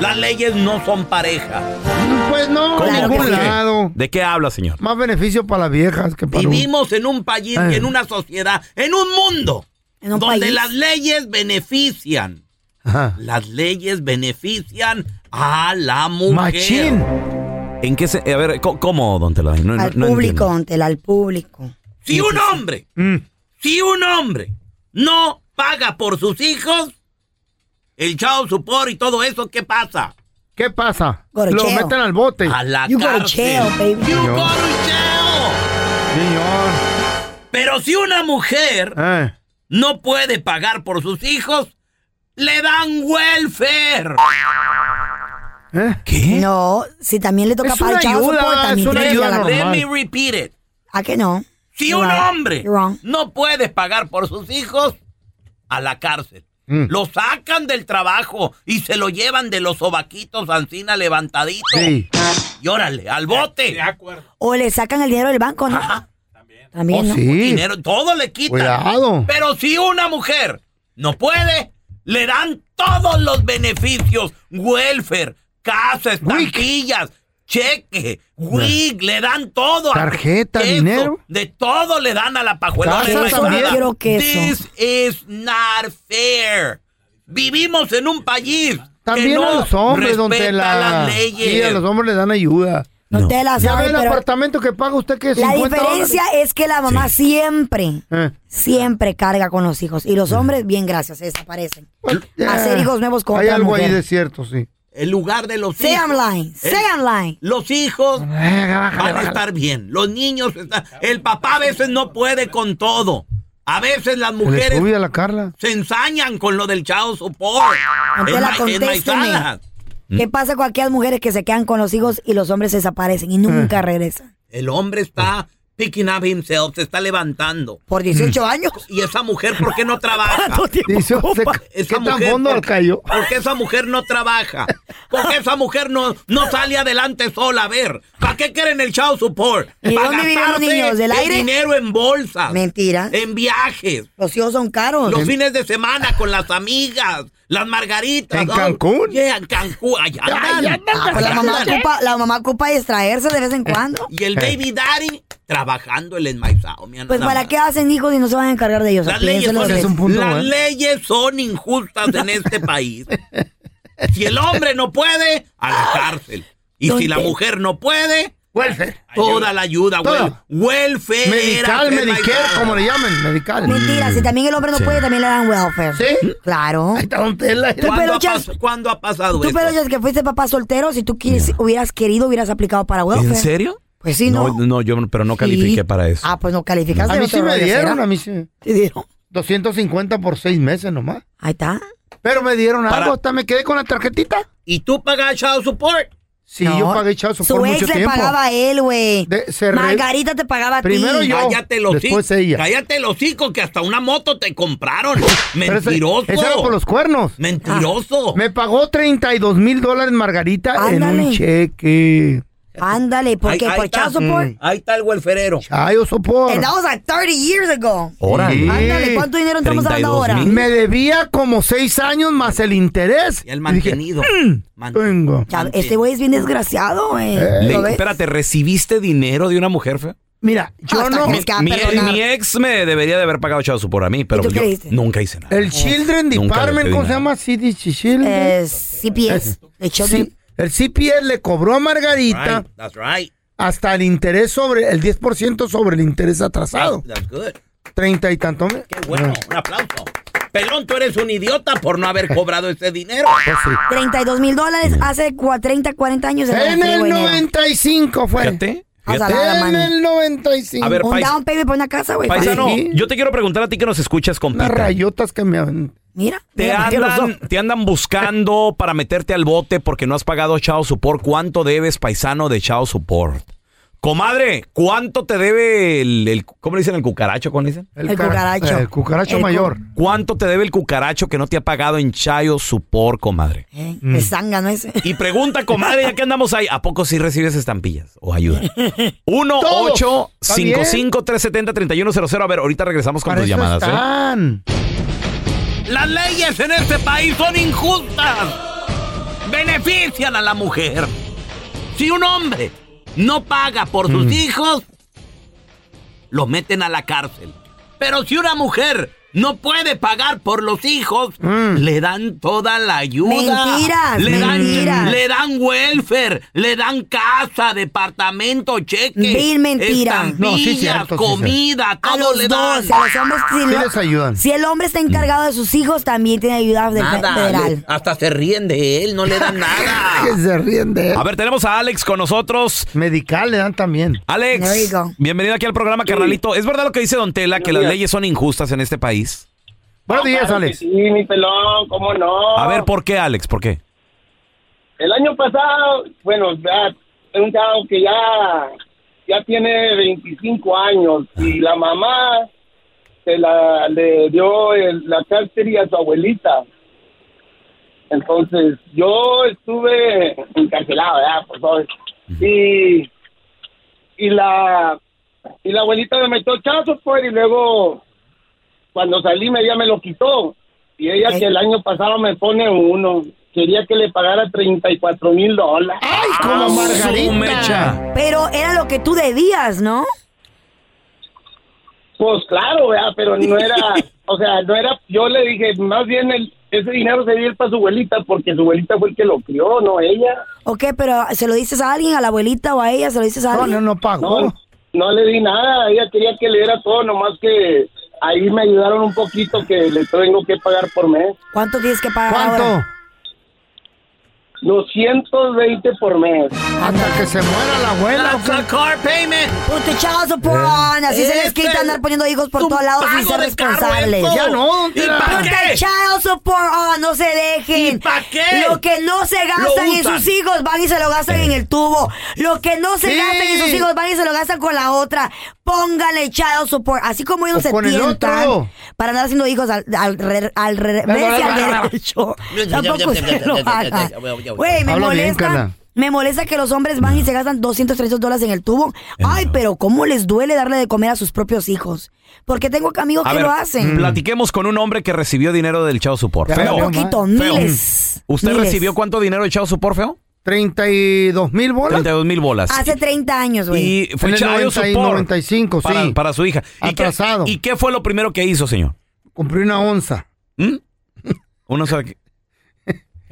las leyes no son pareja. Pues no, ¿Cómo? de ¿Por ningún qué? lado. ¿De qué habla, señor? Más beneficio para las viejas que para uno. Vivimos en un país, Eh. en una sociedad, en un mundo donde país. las leyes benefician. Ajá. Las leyes benefician a la mujer. ¿En qué se, A ver, co- ¿cómo, don Tela? No, no- al no público, entiendo. Mm, Antela, al público. Si un hombre, si un hombre no paga por sus hijos, el chao supor y todo eso, ¿qué pasa? ¿Qué pasa? Gorocheo. Lo meten al bote. A la You gorocheo, cárcel. baby. You Señor. Pero si una mujer Eh. no puede pagar por sus hijos, le dan welfare. ¿eh? ¿Qué? No, si también le toca Es para una el chavo, ayuda, supongo, es también una tiene que ayuda la- normal. Let me repeat it. ¿A qué no? Si You're un right. hombre You're wrong. no puede pagar por sus hijos, a la cárcel. Mm. Lo sacan del trabajo y se lo llevan de los ovaquitos ancina levantadito. Y órale, al bote. O le sacan el dinero del banco, ¿no? Oh, También, ¿no? Dinero, todo le quitan. Cuidado. Pero si una mujer no puede, le dan todos los beneficios: welfare, casa, estampillas, cheque, WIG, le dan todo. Tarjeta, Queso, dinero. De todo le dan a la pajuelona. Casa también. Quiero queso. This is not fair. Vivimos en un país que También no a los hombres, respeta donde la... las leyes. Sí, a los hombres les dan ayuda. No, te la Ya sabe, ve el pero- apartamento que paga usted que es La 50 diferencia dólares. Eh. es que la mamá siempre, siempre carga con los hijos. Y los hombres, bien, gracias, se desaparecen. Ya. Hacer hijos nuevos con Hay otra algo ahí mujer. de cierto, sí. El lugar de los Say hijos. I'm lying, ¿Eh? say I'm lying. Los Eh, hijos van a estar bien. Los niños están. El papá a veces no puede con todo. A veces las Se le mujeres sube a <laughs> la Carla. se ensañan con lo del chao support. Aunque la ma- contésteme. maizada. ¿Qué pasa con aquellas mujeres que se quedan con los hijos y los hombres se desaparecen y Eh. nunca <laughs> regresan? El hombre está picking up himself, se está levantando. Mm. Por 18 años. ¿Y esa mujer por qué <laughs> no trabaja? ¿Qué tan fondo por- cayó? ¿Por qué esa mujer no trabaja? ¿Por qué esa mujer no, no sale adelante sola? A ver, ¿para qué quieren el chao support? ¿Y ¿Para dónde viven los gastarse niños? ¿Del el aire? dinero en bolsas. Mentira. En viajes. Los hijos son caros. Los fines de semana con las amigas, las margaritas. ¿En Oh, Cancún? yeah, en Cancún. Allá andan, Ah, pues la allá mamá andan. ocupa, la mamá ocupa distraerse de vez en cuando. Eh, Y Eh. el baby daddy trabajando el enmaizado. mira Pues nada para más. qué hacen hijos y no se van a encargar de ellos. Las leyes, Piénselo son, dos veces. ¿eh? las leyes son injustas en este <laughs> país. Si el hombre no puede, a la cárcel. Y si la ¿Dónde? mujer no puede, toda la ayuda, Todo. wel- welfare. Medical, hacer la Medicare, ayuda. como le llaman, medical. Mentira, si también el hombre no Mm, Sí. puede, también le dan welfare. Mm, ¿Sí? Claro. Tú, ¿Cuándo, pero ha Chas, pas- cuándo ha pasado tú, eso? pero Chas, que fuiste papá soltero, si tú quis- hubieras querido, hubieras aplicado para welfare. ¿En serio? Pues sí, ¿no? No, yo, no- pero no Sí. califiqué para eso. Ah, pues no calificaste. A mí no te sí lo me voy a hacer, dieron, ¿ah? a mí sí. ¿Te dieron? 250 por seis meses nomás. Ahí está. Pero me dieron algo, hasta me quedé con la tarjetita. ¿Y tú pagas child support? Sí, yo pagué child Su support ex mucho le tiempo. pagaba a él, güey. se re- Margarita te pagaba a ti. Primero yo, Cállate los después hijos. ella. Cállate los hijos que hasta una moto te compraron. Pero ese- Mentiroso. Ese era por los cuernos. Ah, Mentiroso. Me pagó 32 mil dólares Margarita en un Ándale. cheque. Ándale, porque Ahí- ahí por está. child support. Mm. Ahí está el welferero. Chayo support. And that was like 30 years ago. Sí. Ándale, ¿cuánto dinero estamos hablando ahora? Me debía como seis años más el interés. Y "Mm, el mantenido. tengo. Eh, Ya, Este güey es bien desgraciado, güey. Le- ¿Lo ves? espérate, ¿recibiste dinero de una mujer fea? Mira, yo Hasta no. que les queda Mi, perdonar. mi ex me debería de haber pagado chavo por a mí, pero tú yo qué hiciste? nunca hice nada. Eh, El Children Nunca le Department, pedí ¿cómo se nada. llama? CD Children. CPS. El Children- Sí, el CPS le cobró a Margarita Right, That's right. hasta el interés sobre, el 10% sobre el interés atrasado. That's good. Treinta y tanto. Qué Bueno, un aplauso. Pelón, tú eres un idiota por no haber cobrado ese dinero. Pues 32 mil dólares hace cua- 30, 40 años. era En así, el güey, negro. 95 fue. Fíjate, O sea, fíjate. nada, En mano. el 95. A ver, un pais- down payment para una casa, güey. Paisano, fácil. yo te quiero preguntar a ti que nos escuchas, compita. Unas rayotas que me aventé. Mira. Te mira, mira los andan, te andan buscando para meterte al bote porque no has pagado Chao Support. ¿Cuánto debes, paisano, de Chao Support? Comadre, ¿cuánto te debe el, el- ¿cómo le dicen el cucaracho? ¿Cómo le dicen? El El ca- cucaracho. el cucaracho El cu- mayor. ¿Cuánto te debe el cucaracho que no te ha pagado en Chao Support, comadre? Eh, Mm. el zángano ese. <laughs> Y pregunta, comadre, ya que andamos ahí, ¿a poco sí recibes estampillas o <laughs> ayuda? 1 8 55 370 3100 A ver, ahorita regresamos con Para tus eso llamadas, ¿eh? están. Las leyes en este país son injustas. Benefician a la mujer. Si un hombre no paga por Mm. sus hijos, lo meten a la cárcel. Pero si una mujer no puede pagar por los hijos, le dan toda la ayuda. Mm. Mentiras, le mentiras. Dan, le dan welfare, le dan casa, departamento, cheque. Mil mentiras. estampillas, comida, A todo los le dan. dos, a los hombres sí lo- Si el hombre está encargado de sus hijos, también tiene ayuda de Nada, federal. le- hasta se ríen de él, <laughs> no le dan nada. <laughs> se ríen de A ver, tenemos a Alex con nosotros. Medical le dan también. There Alex, you go. bienvenido aquí al programa, carnalito. ¿Es verdad lo que dice Don Tela, que las leyes son injustas en este país? Buenos días, Alex. Sí, mi pelón, cómo no. A ver, ¿por qué, Alex? ¿Por qué? El año pasado, bueno, ya, un chavo que ya, ya tiene 25 años y la mamá se la, le dio el- la cárcel a su abuelita. Entonces, yo estuve encarcelado, ¿verdad? Por favor. Y, y la y la abuelita me metió chazos, pues, y luego cuando salí me- ella me lo quitó. Y ella que el año pasado me pone uno. Quería que le pagara 34 mil dólares. ¡Ay, como Margarita! Pero era lo que tú debías, ¿no? Pues claro, ¿verdad? pero no era, o sea, no era, yo le dije, más bien el, ese dinero se dio para su abuelita, porque su abuelita fue el que lo crió, no ella. Ok, pero ¿se lo dices a alguien, a la abuelita o a ella? ¿Se lo dices a alguien? No, no, no pagó. No, no le di nada, ella quería que le diera todo, nomás que ahí me ayudaron un poquito que le tengo que pagar por mes. ¿Cuánto tienes que pagar ahora? 220 por mes. Hasta que se muera la abuela. car payment. Put the child support on. Así se les quita andar poniendo hijos por todos lados sin ser responsables. esto. Ya no, Put tira. ¿Y pa' the qué? child support on. No se dejen. qué? Lo que no se Lo gastan en usan. sus hijos van y se lo gastan en el tubo. Lo que no se Sí. gastan en sus hijos van y se lo gastan con la otra. Pónganle child support. Así como ellos O se con el tientan otro. para andar haciendo hijos al, al, re- al, re- No, no, vez y no, no, al no. derecho. Tampoco usted lo haga. Güey, me Habla bien, molesta. Carla. Me molesta que los hombres van y se gastan 200, 300 dólares en el tubo. Ay, pero ¿cómo les duele darle de comer a sus propios hijos? Porque tengo amigos A que ver, mm. lo hacen. Platiquemos con un hombre que recibió dinero del Chao Support. Ya, Feo. un poquito, Feo. miles, ¿Usted miles. recibió cuánto dinero del Chao Support, feo? 32 mil bolas. 32 mil bolas. Hace 30 años, Y Ah, güey. fue En el Child 90 y Support 95, para, sí. para su hija. ¿Y qué- Atrasado. ¿Y qué fue lo primero que hizo, señor? Compré una onza. ¿Mm? Uno sabe <laughs> que-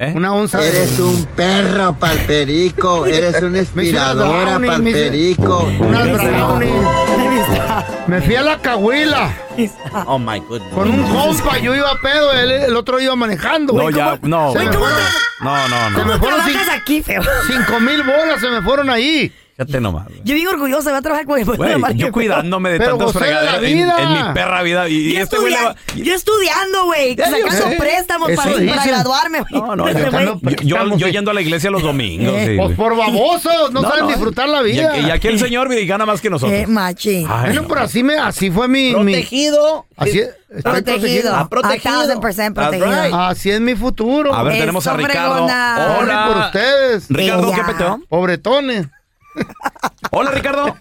¿Eh? Una onza. Eres un perro <laughs> palperico, eres una inspiradora palperico. Me fui a la cahuila. Oh my goodness. Con un compa, yo iba a pedo, él- el, otro iba manejando. No, ya, no. Se me güey. fueron, No, no, Ah. se me no. fueron cin- Cinco mil bolas se me fueron ahí. Fíjate nomás. Yo bien orgullosa, voy a trabajar con el Güey, yo cuidándome de Pero tantas gocé de la fregaderas en, vida. en mi perra vida. Y, y este güey le va... Yo estudiando, güey. Ya, yo Sacando sé. préstamos Eso para, para dicen. graduarme. No, no, Este yo, güey- yo- yo, yo yendo a la iglesia los domingos. Eh, sí, pues güey. por babosos, no, No, saben no. disfrutar la Y vida. aquí, y <laughs> aquí el señor mira, y gana más que nosotros. Eh, machi. Ay, bueno, no. pero así, me, así fue mi... mi- Protegido. así, estoy Protegido. Ah, A thousand percent protegido. Ah. Así es mi futuro. A ver, Eso, tenemos a Ricardo. fregona. Pobre Hola. por ustedes. Ricardo, Ella. ¿qué peteo? Pobretones. Hola, <laughs> Ricardo.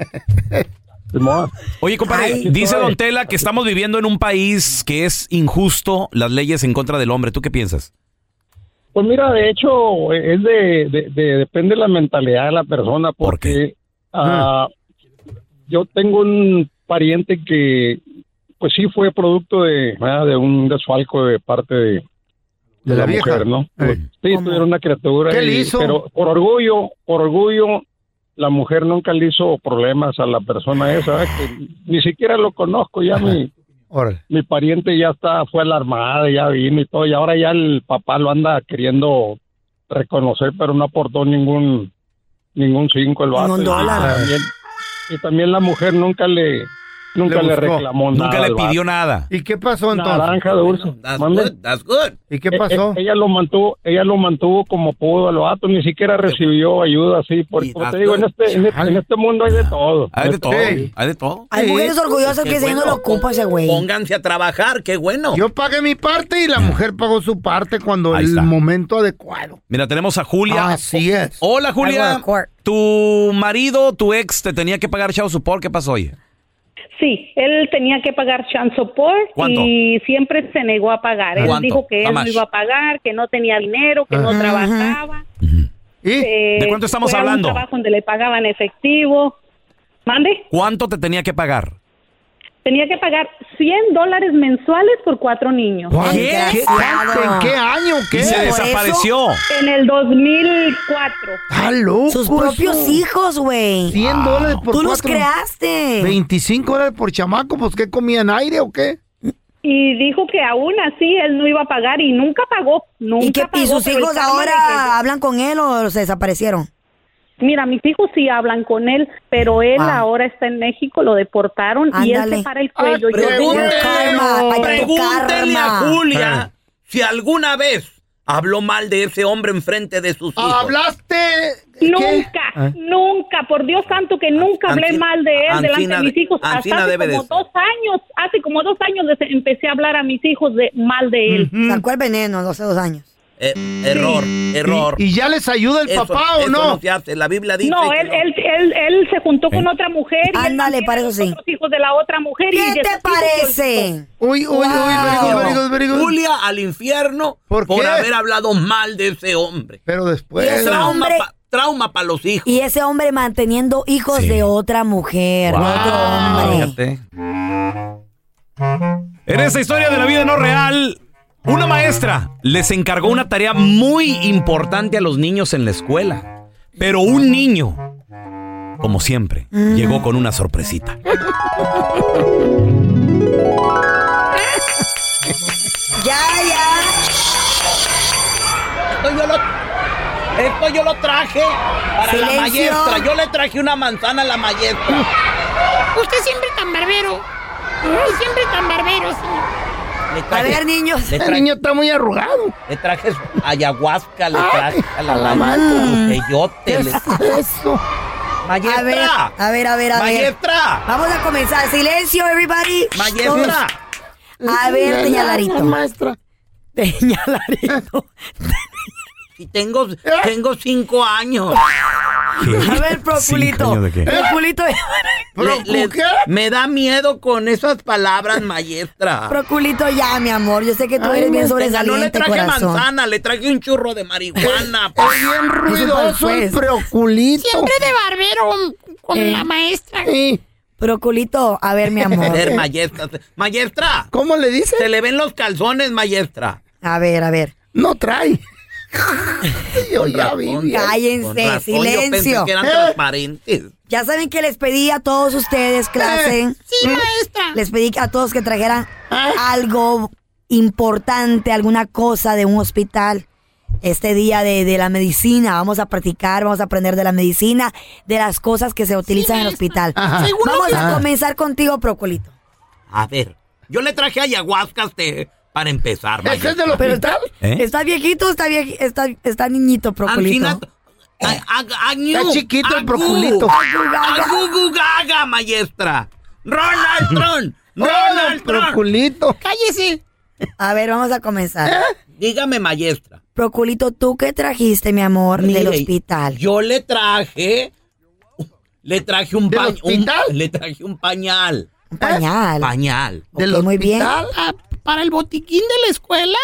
Oye, compadre, Ay, dice compadre. Don Tela que estamos viviendo en un país que es injusto las leyes en contra del hombre. ¿Tú qué piensas? Pues mira, de hecho, es de, de- de- depende de la mentalidad de la persona, porque ah, Mm. yo tengo un pariente que, pues sí, fue producto de, ah, de un desfalco de parte de, de De la, la vieja. Eh, mujer, ¿no? Pues Sí, tuvieron una criatura. ¿Qué le y- hizo? Pero por orgullo, por orgullo, la mujer nunca le hizo problemas a la persona esa, ¿eh? que ni siquiera lo conozco ya mi, mi pariente ya está, fue a la armada, ya vino y todo, y ahora ya el papá lo anda queriendo reconocer, pero no aportó ningún, ningún cinco el vato. Ningún Y dólar. también- y también la mujer nunca le, nunca le, buscó. reclamó nada. al vato. nada. ¿Y qué pasó entonces? Naranja dulce. Mande. ¿Y qué Eh, pasó? eh, ella lo mantuvo, ella lo mantuvo como pudo al vato, ni siquiera recibió ayuda así, porque como te digo, en este, en este, en este mundo hay de todo. Hay de todo. Pues, Sí. Hay de todo. Hay mujeres orgullosas Qué que se no bueno. lo ocupa ese güey. Pónganse a trabajar, qué bueno. Yo pagué mi parte y la mujer pagó su parte cuando Ahí el está. momento adecuado. Mira, tenemos a Julia. Así es. Hola, Julia. Algo Tu marido, tu ex, te tenía que pagar chao support. ¿Qué pasó, oye? Sí, él tenía que pagar Chan Support ¿Cuánto? y siempre se negó a pagar. Él ¿Cuánto? dijo que él How no much? iba a pagar, que no tenía dinero, que Ajá. no trabajaba. ¿Y? ¿De cuánto estamos Eh, fue a hablando? Un trabajo donde le pagaban efectivo. Mande, ¿Cuánto te tenía que pagar? tenía que pagar 100 dólares mensuales por cuatro niños. ¿Qué? ¿Qué? ¿En qué año? ¿Qué? Y se desapareció. En el 2004. ¡Ah, Está loco. Sus propios hijos, güey. 100 dólares por Tú los cuatro. creaste. 25 dólares por chamaco, pues ¿qué comían aire o qué? Y dijo que aún así él no iba a pagar y nunca pagó. Nunca ¿Y, qué, pagó, ¿Y sus pero el hijos karma ahora le llegó. hablan con él o se desaparecieron? Mira, mis hijos sí hablan con él, pero él Ah. ahora está en México, lo deportaron y él Ándale. se para el cuello. Ay, Yo- pregúntele, Yo- karma, ahí está tu Pregúntele Eh. Pregúntele karma. a Julia si alguna vez habló mal de ese hombre enfrente de sus hijos. ¿Hablaste? Nunca, nunca, por Dios santo que nunca hablé Ah. Ancina- mal de él delante Ancina de mis de- hijos. Hasta Ancina hace debe de como ser. dos años, hace como dos años les empecé a hablar a mis hijos de mal de él. Sacó el veneno hace dos años. Eh, error, error. ¿Y- y ya les ayuda el Eso- papá o eso no? se hace. La Biblia dice. No, que él, él, él, él se juntó con otra mujer. Ándale, para eso sí. Los hijos de la otra mujer. ¿Qué te parece? Uy, uy, uy, Ah. Wow. no. verigos, verigos. Julia al infierno por, haber hablado mal de ese hombre. Pero después. es Ese trauma hombre- pa- trauma para los hijos. Y ese hombre manteniendo hijos de otra mujer, otro Ah, hombre. Fíjate. En esta historia de la vida no real, una maestra les encargó una tarea muy importante a los niños en la escuela. Pero un niño, como siempre, llegó con una sorpresita. Ya, ya. Esto yo lo, esto yo lo traje para la Silencio. maestra. Yo le traje una manzana a la maestra. Usted siempre tan barbero. Usted siempre tan barbero, sí. Le traje- ver, niños. le El traje- niño está muy arrugado. Le traje su ayahuasca, le traje a la, a la maestra madre. su peyote. le- <laughs> Eso. A ver, a ver, a ver, a ver. Maestra. Vamos a comenzar. Silencio, everybody. Maestra. Todos. A ver, Maestra, doña Larito. Maestra. Doña Larito. <laughs> Y tengo, tengo cinco años. A ver, Propulito. años de qué? Proculito. Le- le- me da miedo con esas palabras, maestra. Proculito ya, mi amor. Yo sé que tú Ay, eres bien maestra, sobresaliente, No le traje corazón. manzana, le traje un churro de marihuana. pues. Ruidoso el proculito. Siempre de barbero con Eh. la maestra. Proculito, a <laughs> ver, mi amor. Ver, maestra. Maestra. ¿Cómo le dice? Se le ven los calzones, maestra. A ver, a ver. No trae. Yo ya vi. Cállense, Yo pensé silencio. que eran Eh. transparentes. Ya saben que les pedí a todos ustedes, clase. Mm. Sí, maestra. Les pedí a todos que trajeran algo importante, alguna cosa de un hospital. Este día de, de la medicina, vamos a practicar, vamos a aprender de la medicina, de las cosas que se utilizan en el hospital. Según lo Vamos que- a comenzar contigo, Proculito. A ver, yo le traje ayahuasca a usted para empezar, maestra. Pero está, ¿Eh? está viejito, está, vieji- está, está niñito, Proculito. Ancina- A- a- a- ñu, chiquito el a proculito. gu, A gugu gaga, maestra. <laughs> Ronald Tron. Ronald Tron. Proculito. ¡Cállese! A ver, vamos a comenzar. ¿Eh? Dígame, maestra. Proculito, ¿tú qué trajiste, mi amor, del Mire, hospital? Yo le traje. Le traje un pañal. Le traje un pañal. Un pañal. Pañal. Ok, muy bien. Ah, ¿Para el botiquín de la escuela?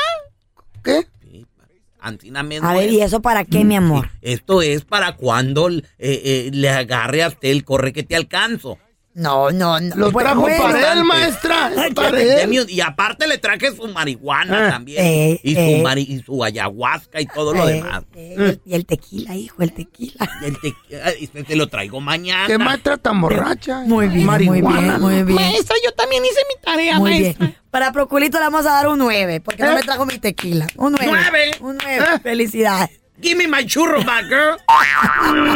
Ancina me A ver, duele. ¿y eso para qué, Mm. mi amor? Esto es para cuando eh, eh, le agarre a usted el corre que te alcanzo. No, no, no. Lo trajo para él, maestra. Para él. Deme un- Y aparte le traje su marihuana Ah. también. Eh, y, su eh. mari- y su ayahuasca y todo lo Eh, demás. eh, y el tequila, hijo, el tequila. El te, eh, se- se lo traigo mañana. Qué maestra tan borracha. Muy bien, Marihuana. muy bien, muy bien. Maestra, yo también hice mi tarea, Muy bien. maestra. ¿Eh? Para Proculito le vamos a dar un 9, porque no me trajo mi tequila. Un 9. ¡Nueve! Ah, Un 9. Felicidades. Give me my churro, my girl.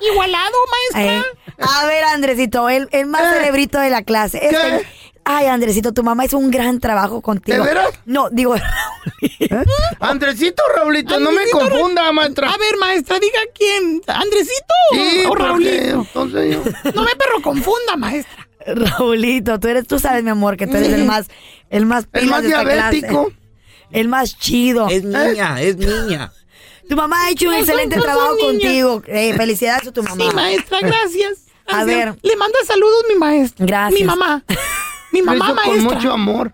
Igualado, Eh, maestra. A ver, Andresito, el, el Ah. más cerebrito de la clase. Este- ay, Andresito, tu mamá hizo un gran trabajo contigo. ¿De veras? No, digo, <laughs> Andresito, Raulito, Pues no me Andresito, confunda, maestra. A ver, maestra, diga quién. ¿Andresito Sí, o ¿por qué? Raulito? Entonces yo- No me perro confunda, maestra. Raulito, tú eres, tú sabes, mi amor, que tú eres el más, el más, El pilas más de esta clase. diabético. el más chido. Es niña, es niña. Tu mamá ha hecho un No son- excelente no son trabajo niños. contigo. Eh, felicidades a tu mamá. Sí, maestra, gracias. <laughs> A Gracias. ver. Le manda saludos mi maestra. Gracias. Mi mamá. <laughs> Mi Lo mamá, hizo maestra. con mucho amor.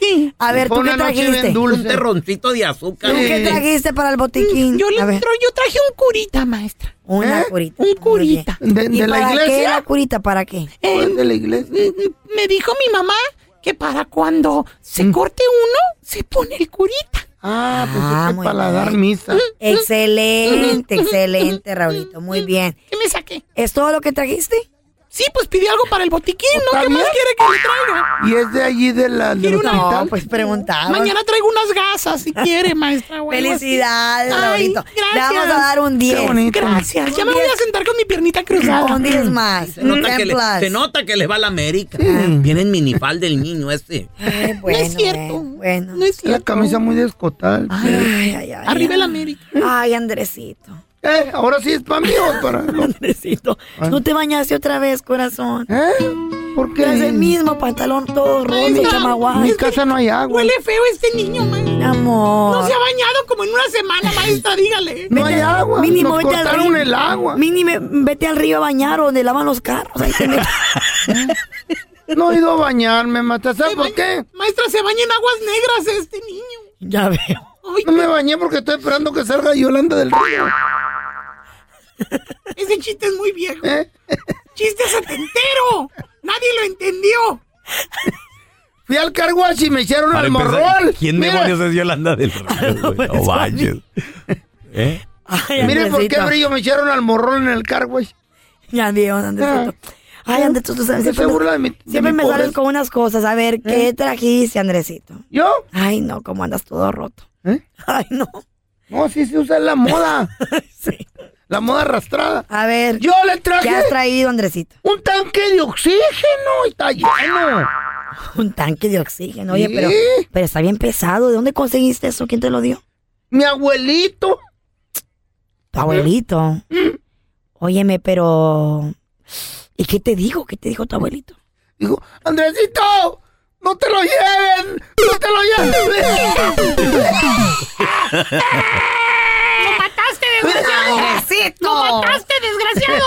Sí. A ver, Fue ¿tú una qué noche bien trajiste? dulce. Un terroncito de azúcar. ¿Tú qué trajiste para el botiquín? Yo, le A ver. tra- yo traje un curita, maestra. Una ¿Eh? curita. Un curita. ¿De, ¿Y la para iglesia? qué la curita? ¿Para qué? Eh, De la iglesia. mm, me dijo mi mamá Eh, que para cuando Mm. se corte uno, se pone el curita. Ah, pues Ah, es que muy para bien. dar misa. <laughs> Excelente, excelente, Raulito. Muy bien. ¿Qué me saqué? ¿Es todo lo que trajiste? Sí, pues pidió algo para el botiquín, ¿no? ¿Qué más quiere que le traiga? ¿Y es de allí de la, del Quiere una- hospital? No, pues preguntaba. Mañana traigo unas gasas, si <laughs> quiere, maestra. o algo así. Felicidades, Ay, Raulito. Le gracias. vamos a dar un 10. Qué bonito. Gracias. Ya me voy a sentar con mi piernita cruzada. Un 10 más. Se nota, que le, Templas. se nota que le va la América. Ah, Viene en minifal del niño este. Ay, bueno, no es cierto. Bueno. No es La cierto. camisa muy descotada. Ay, ay, ay. Arriba el América. Ay, Andresito. Eh, ahora sí es para mí o para. Andresito, no te bañaste otra vez, corazón. ¿Eh? ¿Por qué? Es el mismo pantalón todo roto, Maestra, chamaguán. en mi casa no hay agua. Huele feo este niño, maestra. Mi amor. No se ha bañado como en una semana, maestra, dígale. Vete- Mínimo vete al río. Mínimo vete al río a bañar o donde lavan los carros. Ahí te <laughs> metes. No he ido a bañarme, mata. ¿Sabes por qué? Maestra, se baña en aguas negras este niño. Ya veo. No me bañé porque estoy esperando que salga Yolanda del río. Ese chiste es muy viejo. ¿Eh? ¡Chiste setentero! ¡Nadie lo entendió! Fui al carguachi y me hicieron Para al empezar, morrol. ¿Quién Mira, demonios es Yolanda del Río? güey? No vayas. ¿Eh? Miren por qué Andresito. brillo me echaron al morrón en el carguachi. Ya veo, Andresito. Ay, Andresito, tú sabes, Ah. Se siempre, burla de pues mi- de siempre mi me ¿Eh? salen pobreza. con unas cosas. A ver, ¿qué trajiste, Andresito? ¿Yo? ¿Eh? Ay, no, cómo andas todo roto. <laughs> Ay, no. No, sí se usa la <laughs> moda. La moda arrastrada. A ver. Yo le traje. ¿Qué has traído, Andresito? Un tanque de oxígeno. y Está lleno. Un tanque de oxígeno. Oye, Sí. pero, pero está bien pesado. ¿De dónde conseguiste eso? ¿Quién te lo dio? Mi abuelito. Tu abuelito. Óyeme, pero... ¿Y qué te dijo? ¿Qué te dijo tu abuelito? Andresito, no te lo lleven. No te lo lleven. ¡Eh! ¡Lo mataste, desgraciado! Andresito. ¡Lo mataste, desgraciado!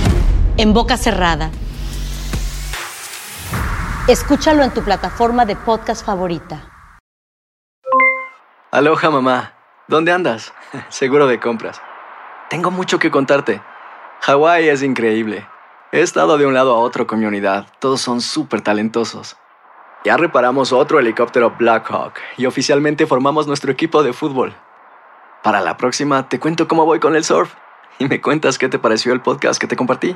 En boca cerrada. Escúchalo en tu plataforma de podcast favorita. Aloha mamá, ¿dónde andas? <laughs> Seguro de compras. Tengo mucho que contarte. Hawái es increíble. He estado de un lado a otro con mi unidad. Todos son súper talentosos. Ya reparamos otro helicóptero Blackhawk y oficialmente formamos nuestro equipo de fútbol. Para la próxima te cuento cómo voy con el surf y me cuentas qué te pareció el podcast que te compartí,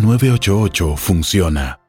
988 funciona.